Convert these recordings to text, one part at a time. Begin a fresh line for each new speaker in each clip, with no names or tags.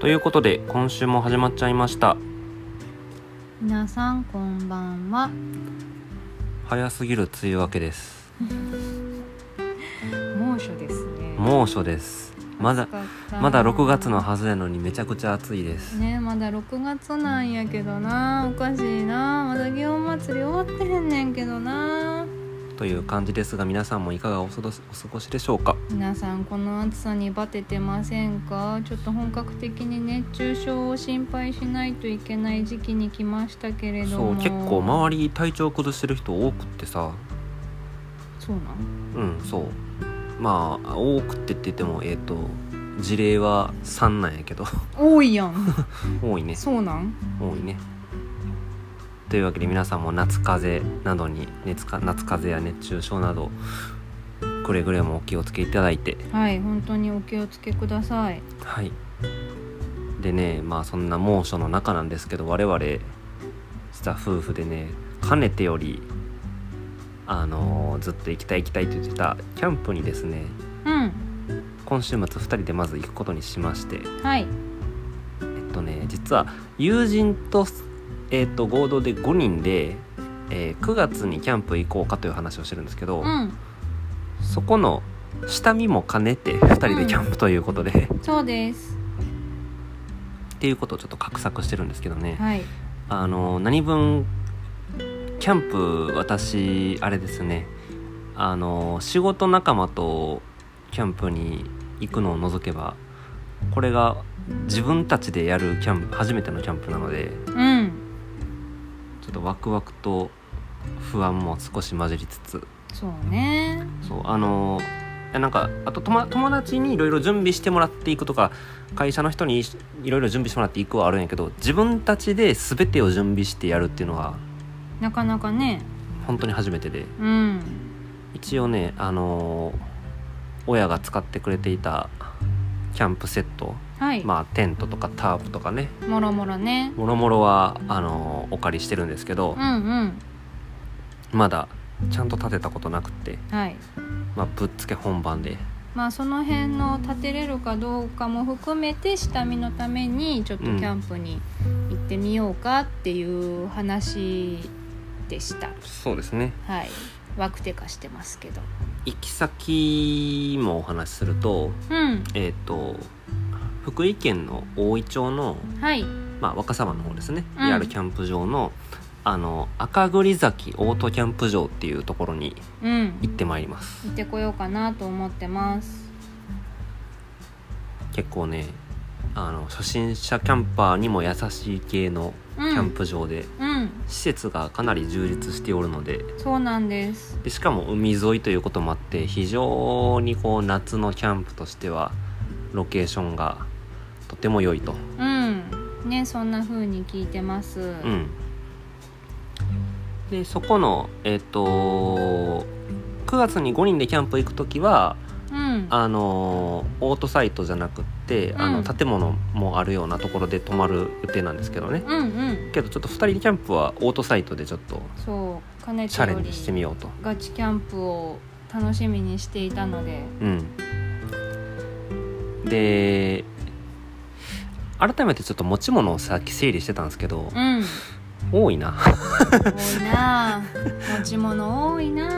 ということで今週も始まっちゃいました
皆さんこんばんは
早すぎる梅雨明けです
猛暑ですね
猛暑ですまだ
暑かったな
まだ6月のはずやのにめちゃくちゃ暑いです、
ねまだ6月なんやけどなおかしいなまだ祇園祭り終わってへんねんけどな
という感じですが皆さんもいかがお過ごしお過ごしでしょうか
皆さんこの暑さにバテてませんかちょっと本格的に熱中症を心配しないといけない時期に来ましたけれど
そう
も
結構周り体調崩してる人多くってさ
そうなん
うんそうまあ多くってって言ってもえっ、と事例は3なんやけど
多いやん
多いね
そうなん
多いねというわけで皆さんも夏風邪などに熱か夏風邪や熱中症などくれぐれもお気をつけいただいて
はい本当にお気をつけください
はいでねまあそんな猛暑の中なんですけど我々実は夫婦でねかねてよりあのーずっと行きたい行きたいと言ってたキャンプにですね
うん
今週末2人でまず行くことにしまして
はい
えっとね実は友人と,、えっと合同で5人で、えー9月にキャンプ行こうかという話をしてるんですけど、
うん
そこの下見も兼ねて2人でキャンプということで、
そうです
っていうことをちょっと画策してるんですけどね、
はい
あの何分キャンプ私あれですねあの仕事仲間とキャンプに行くのを除けばこれが自分たちでやるキャンプ初めてのキャンプなので
うん
ちょっとワクワクと不安も少し混じりつつ
そうね
そうあのいやなんかあとと、ま、友達にいろいろ準備してもらっていくとか会社の人にいろいろ準備してもらっていくはあるんやけど自分たちで全てを準備してやるっていうのは
なかなかね
本当に初めてで
うん
一応ねあの親が使ってくれていたキャンプセット、
はい、
まあ、テントとかタープとかね
もろもろね
もろもろはあのお借りしてるんですけど
うんうん
まだちゃんと建てたことなくって、
はい
まあ、ぶっつけ本番で
まあその辺の立てれるかどうかも含めて下見のためにちょっとキ
うん
ャンプに行ってみようかっていう話でした、
そうですね
はいワクテカしてますけど
行き先もお話しすると
うん
えっ、と福井県の大井町の、
はい
まあ、若様の方ですね、
うん
にあるキャンプ場のあの赤栗崎オートキャンプ場っていうところに
うん
行ってまいります
行ってこようかなと思ってます
結構ねあの初心者キャンパーにも優しい系の
う
キ
ん
ャンプ場で、
うん
施設がかなり充実しておるので
そうなんです
でしかも海沿いということもあって非常にこう夏のキャンプとしてはロケーションがとても良いと
うんねそんな風に聞いてますう
うん、でそこのえっ、と9月に5人でキャンプ行く時は
うん
あのオートサイトじゃなくって、あ
う
の
ん
建物もあるようなところで泊まる予定なんですけどね
うんうん
けどちょっと2人でキャンプはオートサイトでちょっと
そうかね
チ
て
ャ
よ
レ
り
ンジしてみようと、
ガチキャンプを楽しみにしていたので
うん、で改めてちょっと持ち物をさっき整理してたんですけど
うん
多いな
多いなあ持ち物多いなあ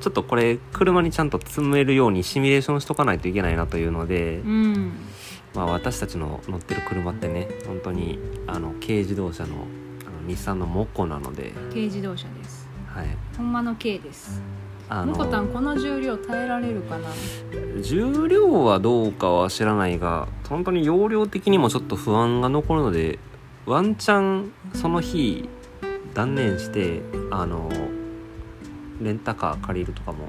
ちょっとこれ車にちゃんと積めるようにシミュレーションしとかないといけないなというので、
うん
まあ、私たちの乗ってる車ってね本当にあの軽自動車のあの日産のモコなので、
軽自動車です
はい、
ほんまの軽です
あ
もこたん
の
この重量耐えられるかな
重量はどうかは知らないが本当に容量的にもちょっと不安が残るのでワンチャンその日断念してあのレンタカー借りるとかも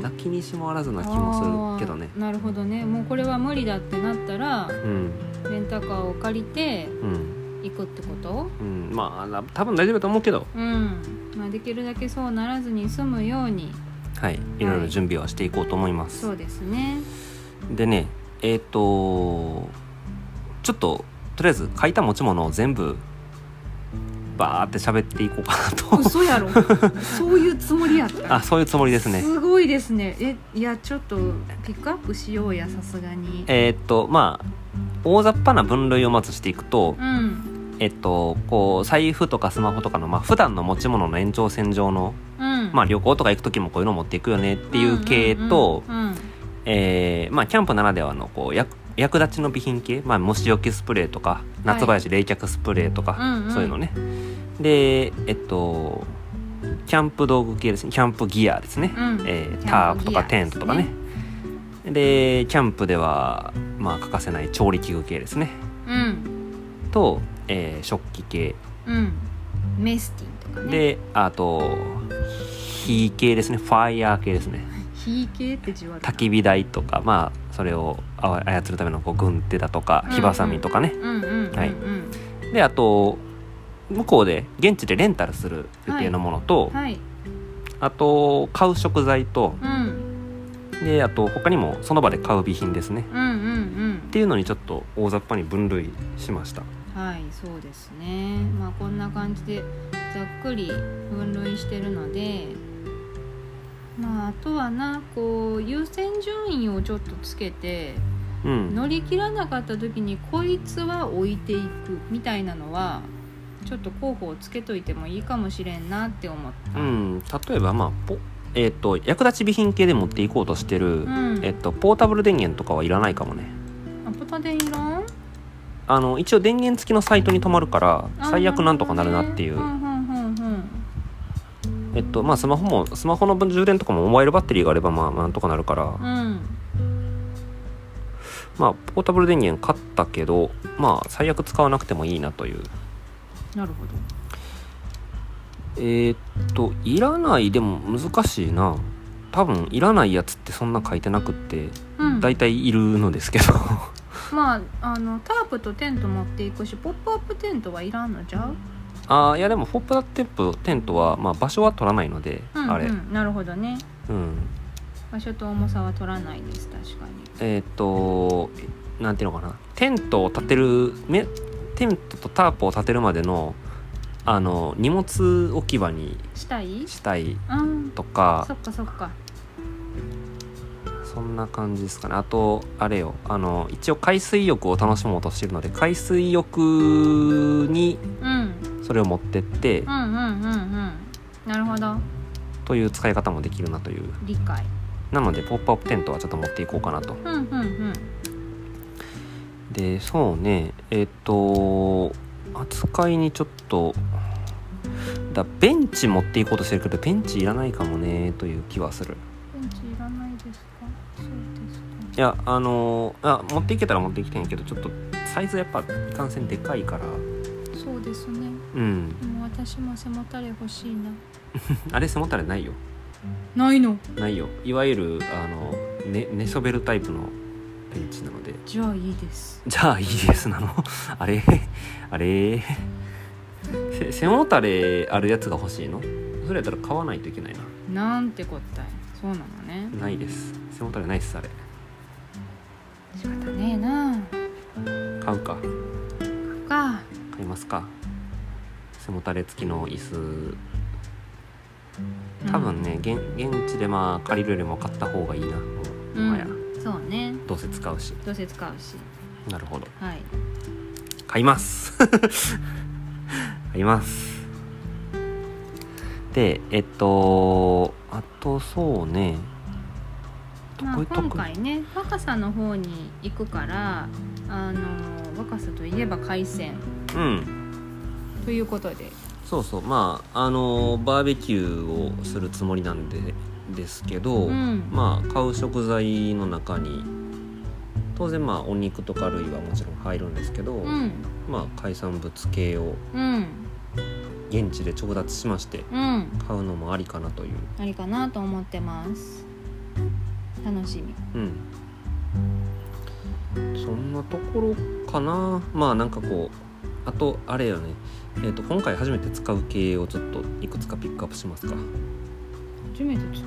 なきにしもあらずな気もするけどね
あ。ーなるほどねもうこれは無理だってなったら
うん、
レンタカーを借りて
うん
行くってこと
うん、まあな多分大丈夫だと思うけど、
うん、まあ、できるだけそうならずに済むように
はい、いろいろ準備はしていこうと思います、
そうですね
でねえっ、とちょっととりあえず書いた持ち物を全部バーって喋っていこうかなと
嘘やろそういうつもりやった
あそういうつもりですね
すごいですねえいやちょっとピックアップしようやさすがに
えっ、とまあ大雑把な分類をまずしていくと、
うん
えっと、こう財布とかスマホとかの、まあ普段の持ち物の延長線上の、
うん
まあ、
っ
旅行とか行く時もこういうの持っていくよねっていう系と、えーまあ、キャンプならではのこう役役立ちの備品系、まあ、虫除けスプレーとか夏林冷却スプレーとか、
うんうん
そういうのねでえっとキャンプ道具系ですねキャンプギアですね、
うん
えー
キ
タ
ャ
ープ
ンプ
と
ギア
かテントとかねでキャンプでは、まあ、欠かせない調理器具系ですね
うん
と、えー食器系
うんメスティンとかね
で、あと火系ですねファイヤー系ですね
火系って字はある
焚き火台とか、まあ、それをあわ操るためのこう軍手だとか
うんうん
火ばさみとかね、
うんうんうんうん
はいであと向こうで現地でレンタルする予定のものと、
はい
あと買う食材と
うん
であと他にもその場で買う備品ですね
うんうん
っていうのにちょっと大雑把に分類しました
うんはいそうですねまあこんな感じでざっくり分類してるのでまああとはなこう優先順位をちょっとつけて
うん
乗り切らなかった時にこいつは置いていくみたいなのはちょっと候補をつけといてもいいかもしれんなって思った、
うん例えばまあポえっ、と役立ち備品系で持っていこうとしてる、
うん
えっと、ポータブル電源とかはいらないかもね
アポタデンいらん
あの一応電源付きのサイトに泊まるから
あ
最悪なんとかなるなっていう
るほどねうんうんうん
えっとまあスマホもスマホの分充電とかもモバイルバッテリーがあればまあなんとかなるから、
うんうん
まあポータブル電源買ったけどまあ最悪使わなくてもいいなという
なるほど
えーっといらないでも難しいな多分いらないやつってそんな書いてなくって、
うん
大体いるのですけど
まああのタープとテント持っていくしポップアップテントはいらんのじゃう
あーいやでもポップアップテンプテントは、まあ、場所は取らないので、
うん
あれ
うん、なるほどね
うん
場所と重さは取らないです確かに
えーっとなんていうのかなテントを立てるめテントとタープを立てるまでのあの荷物置き場に
したい
したい
うん
とか
そっかそっか
そんな感じですかねあとあれよあの一応海水浴を楽しもうとしてるので海水浴に
うん
それを持ってって、
うんうんうんうんなるほど
という使い方もできるなという
理解
なのでポップアップテントはちょっと持っていこうかなと
うんうんうん
でそうねえっ、と扱いにちょっとだベンチ持っていこうとしてるけどベンチいらないかもねという気はする
ベンチいらないですかそうですか
いやあのあ持っていけたら持っていきたいんやけどちょっとサイズやっぱいかんせんでかいから
そうですね
うん
もう私も背もたれ欲しいな
あれ背もたれないよ
ないの
ないよいわゆるあの、ね、寝そべるタイプのベンチなので
じゃあいいです
じゃあいいですなの あれあれせ背もたれあるやつが欲しいのそれやったら買わないといけないな
なんてこったいそうなのね
ないです背もたれないっすあれ
仕方ねえな
買うか
か
買いますか背もたれ付きの椅子多分ね、現現地でまあ借りるよりも買った方がいいなもう
う
も
ん、
はや
うんそうね
どうせ使うし
どうせ使うし
なるほど
はい
買います 買いますでえっとあとそうね
まあ、
特
今回ね若狭の方に行くからあの若狭といえば海鮮
うん
ということで
そうそうまああのバーベキューをするつもりなんでですけど、
うん
まあ買う食材の中に当然まあお肉とか類はもちろん入るんですけど、
うん
まあ海産物系を
うん
現地で調達しまして
うん
買うのもありかなという
ありかなと思ってます楽しみ
うんそんなところかなまあなんかこうあとあれよねえっ、と今回初めて使う系をちょっといくつかピックアップしますか
初めて使う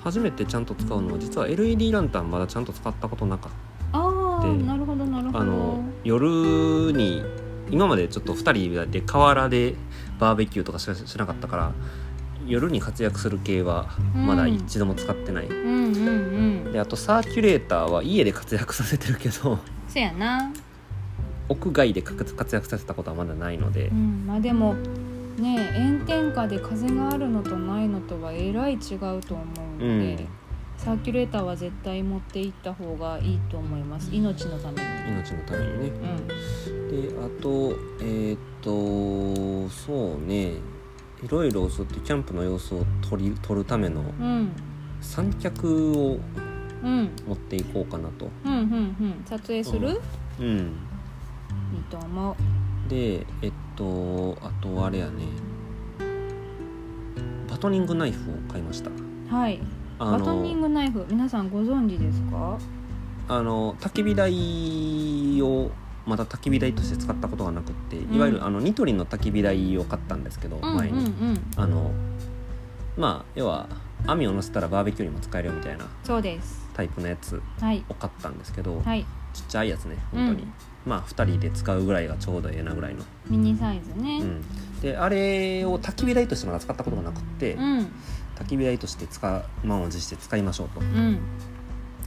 初めてちゃんと使うのは実は LED ランタンまだちゃんと使ったことなかっ
ああ
で
なるほどなる
た
ほ
あ
ど
の夜に今までちょっと2人で河原でバーベキューとかしかしなかったから夜に活躍する系はまだ一度も使ってない、
うんうんうん
であとサーキュレーターは家で活躍させてるけど
せせやな、
屋外で活活躍させたことはまだないので
うん、まあでもね炎天下で風があるのとないのとはえらい違うと思うので、
うん
サーキュレーターは絶対持っていった方がいいと思います命のために、
命のためにね
うん、
であとえーっとそうねいろいろそうやってキャンプの様子を撮り撮るための
うん
三脚を
うん
持っていこうかなと、
うんうんうん撮影する、
うん、
いいと思う
でえっとあとあれやねバトニングナイフを買いました
はい
あ
バトニン
の
グナイフ皆さんご存知ですか
あの焚き火台をまだ焚き火台として使ったことがなくって、
ん
いわゆるあのニトリの焚き火台を買ったんですけど、前に、
うんうんうん
あのまあ要は網を乗せたらバーベキューにも使えるよみたいな
そうです
タイプのやつ
はい
を買ったんですけど、
はい
ちっちゃいやつね本当に、
うん
まあ2人で使うぐらいがちょうどええなぐらいの、
ミニサイズ
う
ね
ん、であれを焚き火台としてまだ使ったことがなくって、
うん
焚き火台として使う満を持して使いましょう
うん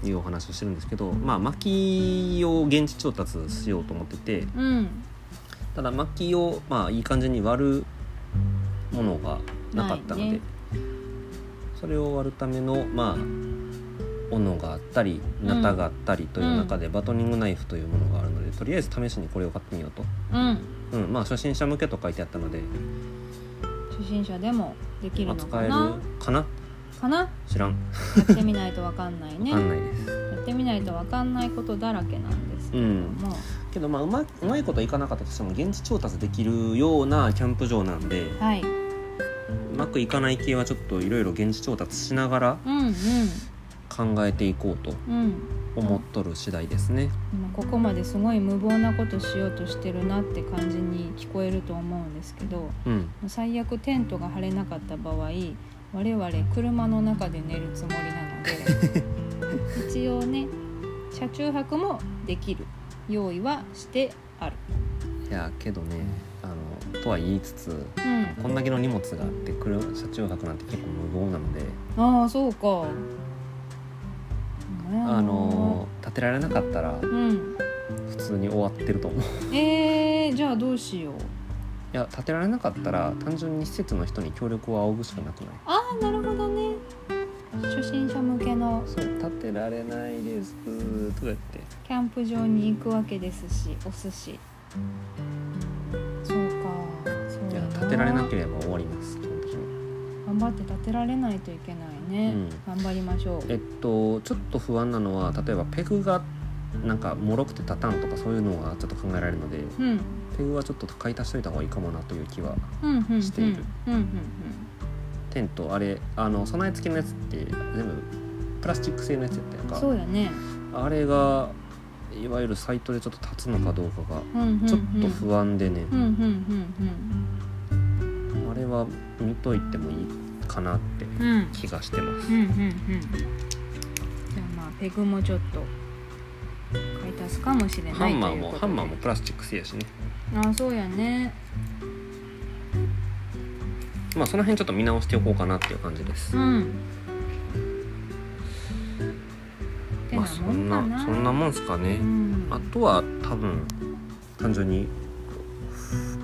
というお話をしてるんですけど、まあ、薪を現地調達しようと思ってて
うん
ただ薪をまあいい感じに割るものがなかったので、
ないね
それを割るためのまあ斧があったり
うん
ナタがあったりという中でバトニングナイフというものがあるのでとりあえず試しにこれを買ってみようと、
うん
うんまあ、初心者向けと書いてあったので、
初心者でもでき
ま
る
あ、
の
使
か
える
な
かな
かな
知らん
やってみないとわかんない
分
ね
かんないです。
やってみないとわかんないことだらけなんですけれども、
けどまあうまうまいこといかなかったとしても現地調達できるようなキャンプ場なんで
はいう
まくいかない系はちょっといろいろ現地調達しながら
うんうん
考えていこうと
うん
思っとる次第ですね。
今ここまですごい無謀なことしようとしてるなって感じに聞こえると思うんですけど
うん、
最悪テントが張れなかった場合我々車の中で寝るつもりなので一応ね車中泊もできる用意はしてある。
いやけどねあのとは言いつつ
うん、
こんだけの荷物があって車車中泊なんて結構無謀なので、
ああそうか。
あの立てられなかったら
うん、
普通に終わってると思う。い
えー、じゃあどうしよう
や立てられなかったら単純に施設の人に協力を仰ぐしかなくない
ああなるほどね初心者向けの
そう立てられないですとか言って
キャンプ場に行くわけですしお寿司そうかそう
い
や
や
な
立てられなければ終わります基本的に。
頑張って立てられないといけないね、
うん
頑張りましょう
えっとちょっと不安なのは例えばペグがなんか脆くて立たんとかそういうのがちょっと考えられるので
うんうん
ペグはちょっと買い足しといた方がいいかもなという気は
うんうんうん
している
うんうん
テントあれあの備え付けのやつって全部プラスチック製のやつやったやん
うん
か
そうやね
あれがいわゆるサイトでちょっと立つのかどうかが
うんうんうん
ちょっと不安でね、
うんうんうん
あれは見といてもいいかなって
うんうん
気がしてます
うんうんうんじゃあまあペグもちょっと買い足すかもしれない
ハンマー
という
も
ことで
ハンマーもプラスチック製やしね
ああそうやね
まあその辺ちょっと見直しておこうかなっていう感じです、
うんて
まあ
な
そ
もん
ん
か
なそんなもんすかね、
うん
あとは多分単純に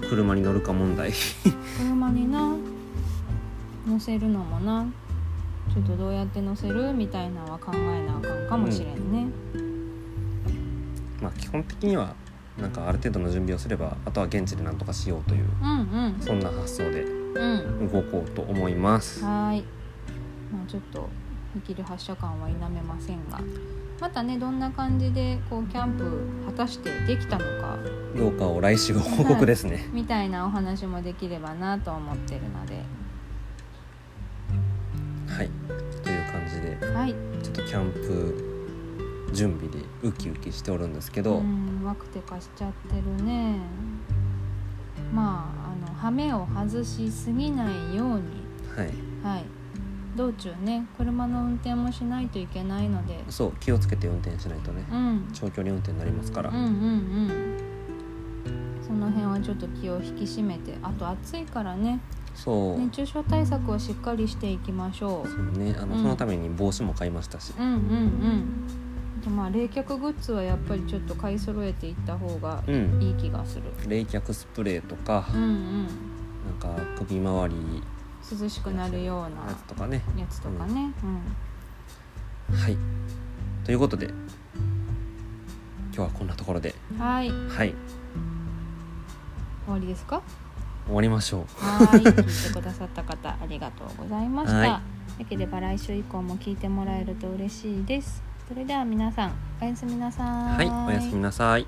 車に乗るか問題
車にな乗せるのもなちょっとどうやって乗せるみたいなのは考えなあかんかもしれんね、
まあ基本的にはなんかある程度の準備をすればあとは現地で何とかしようという
うん、
そんな発想で
うんうん
動こうと思います
はーいまあちょっと見切り発車感は否めませんがまたねどんな感じでこうキャンプ果たしてできたのか
どうかを来週ご報告ですね、
みたいなお話もできればなと思ってるので
はい、という感じで
はい
ちょっとキャンプ準備でウキウキしておるんですけど、
うんワクテカしちゃってるねまああの羽目を外しすぎないように
はい
はい道中ね車の運転もしないといけないので、
そう気をつけて運転しないとね
うん、うん
長距離運転になりますから、
うんうんその辺はちょっと気を引き締めてあと暑いからね
そう、
熱中症対策はしっかりしていきましょ
そうねあの、
うん
そのために帽子も買いましたし
ううんうんうんとまあ冷却グッズはやっぱりちょっと買い揃えていった方が
うん
いい気がする、
冷却スプレーとか、
うんうん、
なんか首周り
涼しくなるような
やつとかね
やつとかね、
はいということで今日はこんなところで
うん、はい終
はい
わりですか
終わりましょう
はい、聞いてくださった方ありがとうございました。
はい
だければ来週以降も聞いてもらえると嬉しいです。それでは皆さん、おやすみなさ。
はいいおやすみなさい